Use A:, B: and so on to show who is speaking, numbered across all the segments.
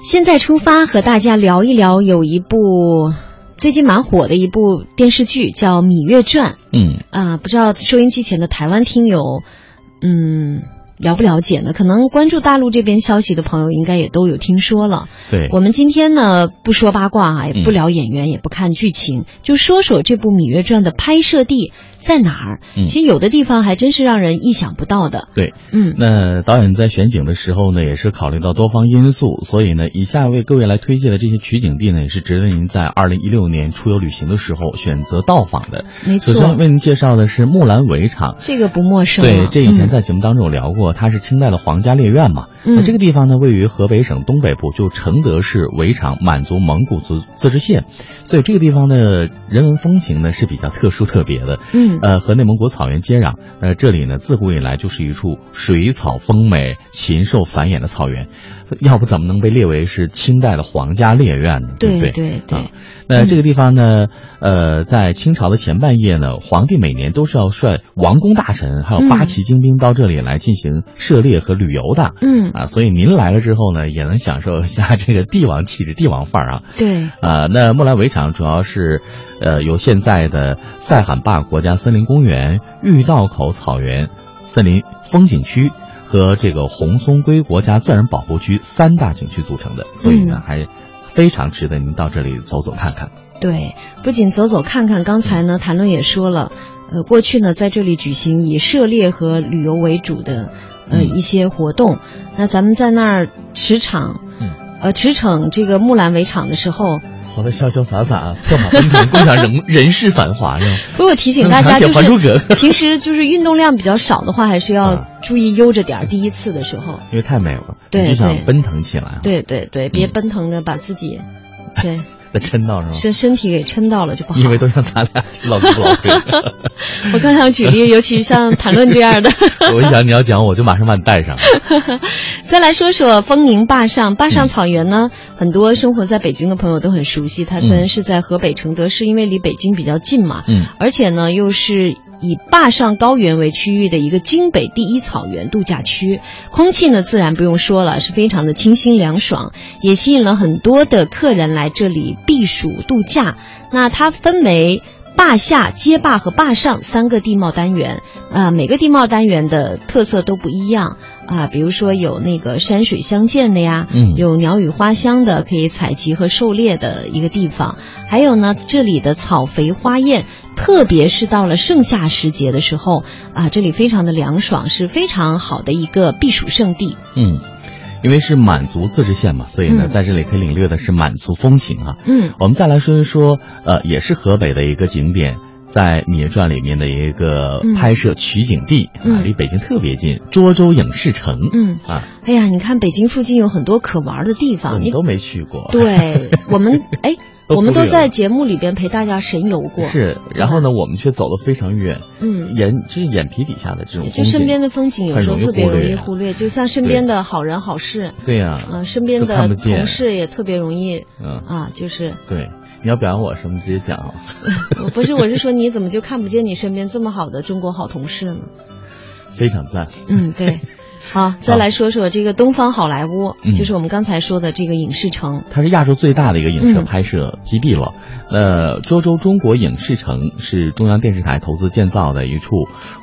A: 现在出发和大家聊一聊，有一部最近蛮火的一部电视剧叫《芈月传》
B: 嗯，
A: 啊、不知道收音机前的台湾听友，嗯。了不了解呢？可能关注大陆这边消息的朋友，应该也都有听说了。
B: 对，
A: 我们今天呢，不说八卦啊，也不
B: 嗯
A: 聊演员，也不看剧情，就说说这部《芈月传》的拍摄地在哪儿。
B: 嗯
A: 其实有的地方还真是让人意想不到的。
B: 对，
A: 嗯，
B: 那导演在选景的时候呢，也是考虑到多方因素，所以呢，以下为各位来推荐的这些取景地呢，也是值得您在二零一六年出游旅行的时候选择到访的。
A: 没
B: 首先
A: 错，
B: 为您介绍的是木兰围场。
A: 这个不陌生
B: 对
A: 了。，
B: 这以前
A: 嗯
B: 在节目当中有聊过，它是清代的皇家猎院嘛。
A: 嗯
B: 那这个地方呢，位于河北省东北部，就承德市围场满族蒙古族自治县，所以这个地方的人文风情呢是比较特殊特别的。
A: 嗯
B: 呃，和内蒙古草原接壤，呃，这里呢自古以来就是一处水草丰美、禽兽繁衍的草原，要不怎么能被列为是清代的皇家猎院呢？对不
A: 对
B: 对？
A: 对对
B: 啊，那这个地方呢，呃，在清朝的前半叶呢，皇帝每年都是要率王公大臣还有八
A: 嗯
B: 旗精兵到这里来进行涉猎和旅游的。
A: 嗯，
B: 啊，所以您来了之后呢，也能享受一下这个帝王气质、帝王范儿啊。
A: 对，
B: 啊，那木兰围场主要是，呃，由现在的塞罕坝国家森林公园、玉道口草原森林风景区和这个红松龟国家自然保护区三大景区组成的，所以呢，
A: 嗯
B: 还非常值得您到这里走走看看。
A: 对，不仅走走看看，刚才呢，谭论也说了，呃，过去呢，在这里举行以涉猎和旅游为主的呃、
B: 嗯
A: 一些活动，那咱们在那儿驰骋，
B: 嗯
A: 呃，驰骋这个木兰围场的时候，
B: 活得潇潇洒洒，策 马奔腾，共享人人世繁华呀。
A: 如果提醒大
B: 想
A: 家
B: 起
A: 就
B: 还珠格
A: 是，平时就是运动量比较少的话，还是要
B: 啊
A: 注意悠着点儿。第一次的时候，
B: 因为太美了，
A: 对对
B: 你就想奔腾起来，，啊
A: 对对对，别
B: 嗯
A: 奔腾的把自己，对
B: 再抻到是吗？
A: 身身体给抻到了就不好。
B: 因为都让咱俩 老头老 腿。
A: 我刚想举例，尤其像谈论这样的。
B: 我一想你要讲，我就马上把你带上。
A: 再来说说丰宁坝上，坝上草原呢，很多生活在北京的朋友都很熟悉。它虽然是在河北承德市，因为离北京比较近嘛，
B: 嗯，
A: 而且呢又是以坝上高原为区域的一个京北第一草原度假区，空气呢自然不用说了，是非常的清新凉爽，也吸引了很多的客人来这里避暑度假。那它分为。坝下、街坝和坝上三个地貌单元，啊、每个地貌单元的特色都不一样啊、比如说有那个山水相间的呀，
B: 嗯
A: 有鸟语花香的，可以采集和狩猎的一个地方。还有呢，这里的草肥花艳，特别是到了盛夏时节的时候啊，这里非常的凉爽，是非常好的一个避暑胜地。
B: 嗯，因为是满族自治县嘛，所以呢，
A: 嗯
B: 在这里可以领略的是满族风情啊。
A: 嗯
B: 我们再来说一说，呃，也是河北的一个景点，在《芈月传》里面的一个
A: 嗯
B: 拍摄取景地、啊，
A: 嗯
B: 离北京特别近，涿州影视城。
A: 嗯，
B: 啊，
A: 哎呀，你看北京附近有很多可玩的地方，
B: 你
A: 你
B: 都没去过。
A: 对我 们哎，
B: 都
A: 我们
B: 忽
A: 都
B: 略
A: 在
B: 了
A: 节目里边陪大家神游过，
B: 是，然后呢，我们却走得非常远，
A: 嗯。
B: 眼就是眼皮底下的这种
A: 就
B: 风景，
A: 身边的风景有
B: 很
A: 时候
B: 容易
A: 特别
B: 忽
A: 容易
B: 略啊
A: 忽略，就像身边的好人好事，
B: 对呀、
A: 嗯、身边
B: 都
A: 的
B: 看不见
A: 同事也特别容易
B: 嗯，
A: 啊，就是
B: 对，你要表扬我什么直接讲啊，
A: 我不是，我是说你怎么就看不见你身边这么好的中国好同事 呢？
B: 非常赞。
A: 嗯，对。好，再来说说这个东方好莱坞，
B: 嗯
A: 就是我们刚才说的这个影视城。
B: 它是亚洲最大的一个影视
A: 嗯
B: 拍摄基地了。呃，涿州中国影视城是中央电视台投资建造的一处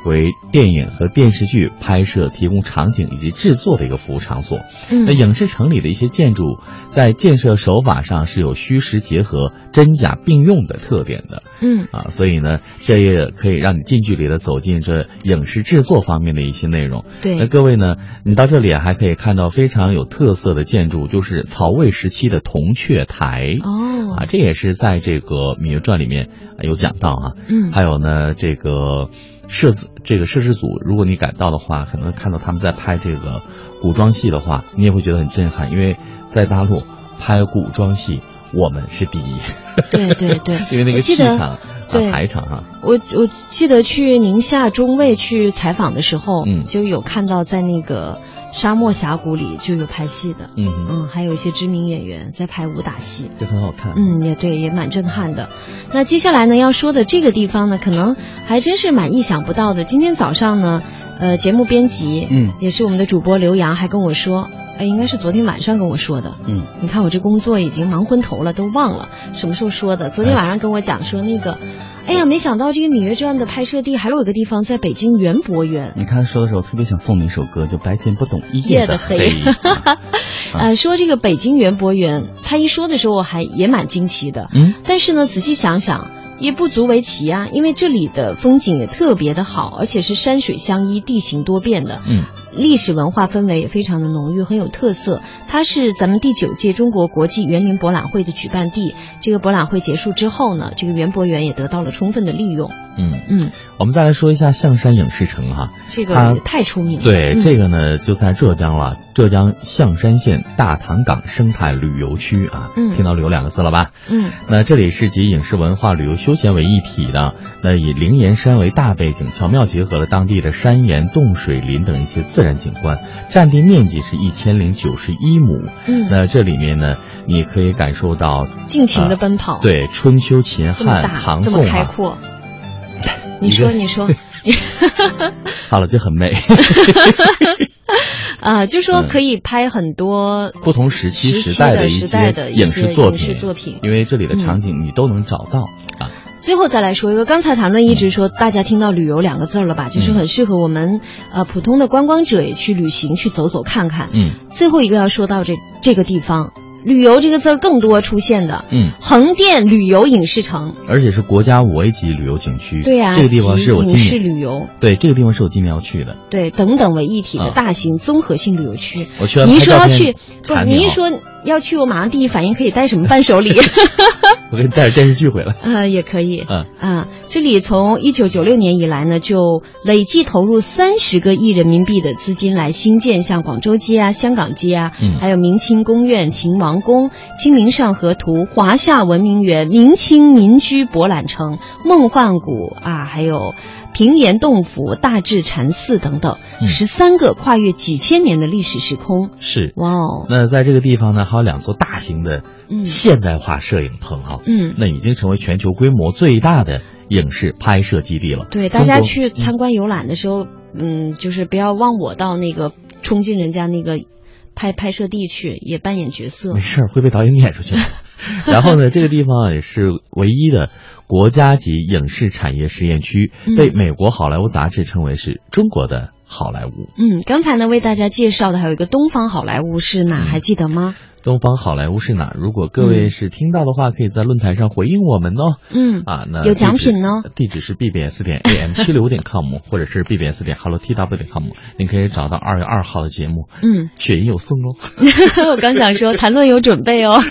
B: 为电影和电视剧拍摄提供场景以及制作的一个服务场所。
A: 嗯
B: 那影视城里的一些建筑在建设手法上是有虚实结合、真假并用的特点的
A: 嗯
B: 啊，所以呢，这也可以让你近距离的走进这影视制作方面的一些内容。那
A: 对，
B: 各位呢，你到这里啊还可以看到非常有特色的建筑，就是曹魏时期的铜雀台。
A: 哦
B: 啊，，这也是在这个《芈月传》里面呃有讲到啊。
A: 嗯
B: 还有呢，这个摄制这个摄制组，如果你赶到的话，可能看到他们在拍这个古装戏的话，你也会觉得很震撼，因为在大陆拍古装戏，我们是第一，
A: 对对对
B: 因为那
A: 我
B: 个
A: 记
B: 气
A: 得
B: 场啊
A: 对
B: 排场啊，
A: 我我记得去宁夏中卫去采访的时候，
B: 嗯
A: 就有看到在那个沙漠峡谷里就有拍戏的，
B: 嗯哼，
A: 嗯，还有一些知名演员在拍武打戏。
B: 就很好看。
A: 嗯，也对，也蛮震撼的。那接下来呢，要说的这个地方呢，可能还真是蛮意想不到的。今天早上呢，呃，节目编辑，
B: 嗯
A: 也是我们的主播刘洋还跟我说，哎，应该是昨天晚上跟我说的。
C: 嗯，
A: 你看我这工作已经忙昏头了，都忘了什么时候说的。昨天晚上跟我讲说那个，哎呀，没想到这个《芈月传》的拍摄地还有一个地方在北京园博 园。
C: 你看说的时候特别想送你一首歌，就白天不懂
A: 夜
C: 的
A: 的黑 呃，说这个北京园博园，他一说的时候我还也蛮惊奇的，
C: 嗯，
A: 但是呢，仔细想想也不足为奇啊，因为这里的风景也特别的好，而且是山水相依、地形多变的，
B: 嗯，
A: 历史文化氛围也非常的浓郁，很有特色。它是咱们第九届中国国际园林博览会的举办地。这个博览会结束之后呢，这个园博园也得到了充分的利用。
B: 嗯，
A: 嗯，
B: 我们再来说一下象山影视城哈、
A: 这
B: 它
A: 个太出名了。
B: 啊对，
A: 嗯
B: 这个呢就在浙江了，浙江象山县大塘港生态旅游区啊，
A: 嗯
B: 听到旅游两个字了吧？
A: 嗯
B: 那这里是集影视文化、旅游休闲为一体的，那以灵岩山为大背景，巧妙结合了当地的山岩、洞、水林等一些自然景观，占地面积是一千零九十一亩。
A: 嗯，
B: 那这里面呢，你可以感受到
A: 尽情的
B: 啊
A: 奔跑。。
B: 对春秋、秦
A: 这么
B: 汉、
A: 大，
B: 唐
A: 这么
B: 宋
A: 开
B: 啊，
A: 阔。你说，你说，
B: 好了就很美。
A: 啊，就说
B: 嗯
A: 可以拍很多
B: 不同时期
A: 时期
B: 代
A: 的
B: 一
A: 时代的
B: 些
A: 一
B: 影
A: 些
B: 视作
A: 影视作品
B: 因为这里的
A: 嗯
B: 场景你都能找到啊。
A: 最后再来说一个，刚才谈论一直说大家听到旅游两个字儿了吧，
B: 嗯
A: 就是很适合我们呃普通的观光者也去旅行去走走看看。
B: 嗯
A: 最后一个要说到这这个地方，旅游这个字儿更多出现的，
B: 嗯，
A: 横店旅游影视城。
B: 而且是国家五 A 级旅游景区。
A: 对呀、
B: 这个地方
A: 集
B: 是我今
A: 影视
B: 年
A: 旅游
B: 对这个地方是我今年要去的。
A: 对等等为一体的
B: 啊
A: 大型综合性旅游区。
B: 我去完
A: 你一
B: 拍
A: 说
B: 照
A: 要
B: 片
A: 去，不
B: 馋，
A: 你
B: 你
A: 一
B: 啊，
A: 说要去，我马上第一反应可以带什么伴手礼？
B: 我给你带着电视剧回来。
A: 呃，也可以。
B: 嗯
A: 啊，这里从一九九六年以来呢，就累计投入三十个亿人民币的资金来兴建像广州街啊、香港街啊，
B: 嗯
A: 还有明清宫苑、秦王宫、清明上河图、华夏文明园、明清民居博览城、梦幻谷啊，还有平岩洞府、大智禅寺等等，
B: 嗯
A: 十三个跨越几千年的历史时空。
B: 是。
A: 哇哦，
B: 那在这个地方呢，还有两座大型的
A: 嗯
B: 现代化摄影棚哈、
A: 嗯。
B: 那已经成为全球规模最大的影视拍摄基地了。
A: 对，
B: 中
A: 大家
B: 国
A: 去
B: 嗯
A: 参观游览的时候，嗯就是不要忘我到那个冲进人家那个拍拍摄地去，也扮演角色
B: 没。事儿，会被导演 撵出去的。然后呢，这个地方也是唯一的国家级影视产业实验区，
A: 嗯
B: 被美国好莱坞杂志称为是中国的好莱坞。
A: 嗯，刚才呢为大家介绍的还有一个东方好莱坞是哪，
B: 嗯
A: 还记得吗？
B: 东方好莱坞是哪？如果各位
A: 嗯
B: 是听到的话，可以在论坛上回应我们哦。
A: 嗯，
B: 啊，那
A: 有
B: 地址
A: 奖品哦呢。
B: 地址是 bbs 点 am 七六点 com，或者是 bbs 点 hello tw 点 com，您可以找 到二月二号的节目，
A: 嗯，
B: 雪姨有送哦。
A: 我刚想说谈论有准备哦。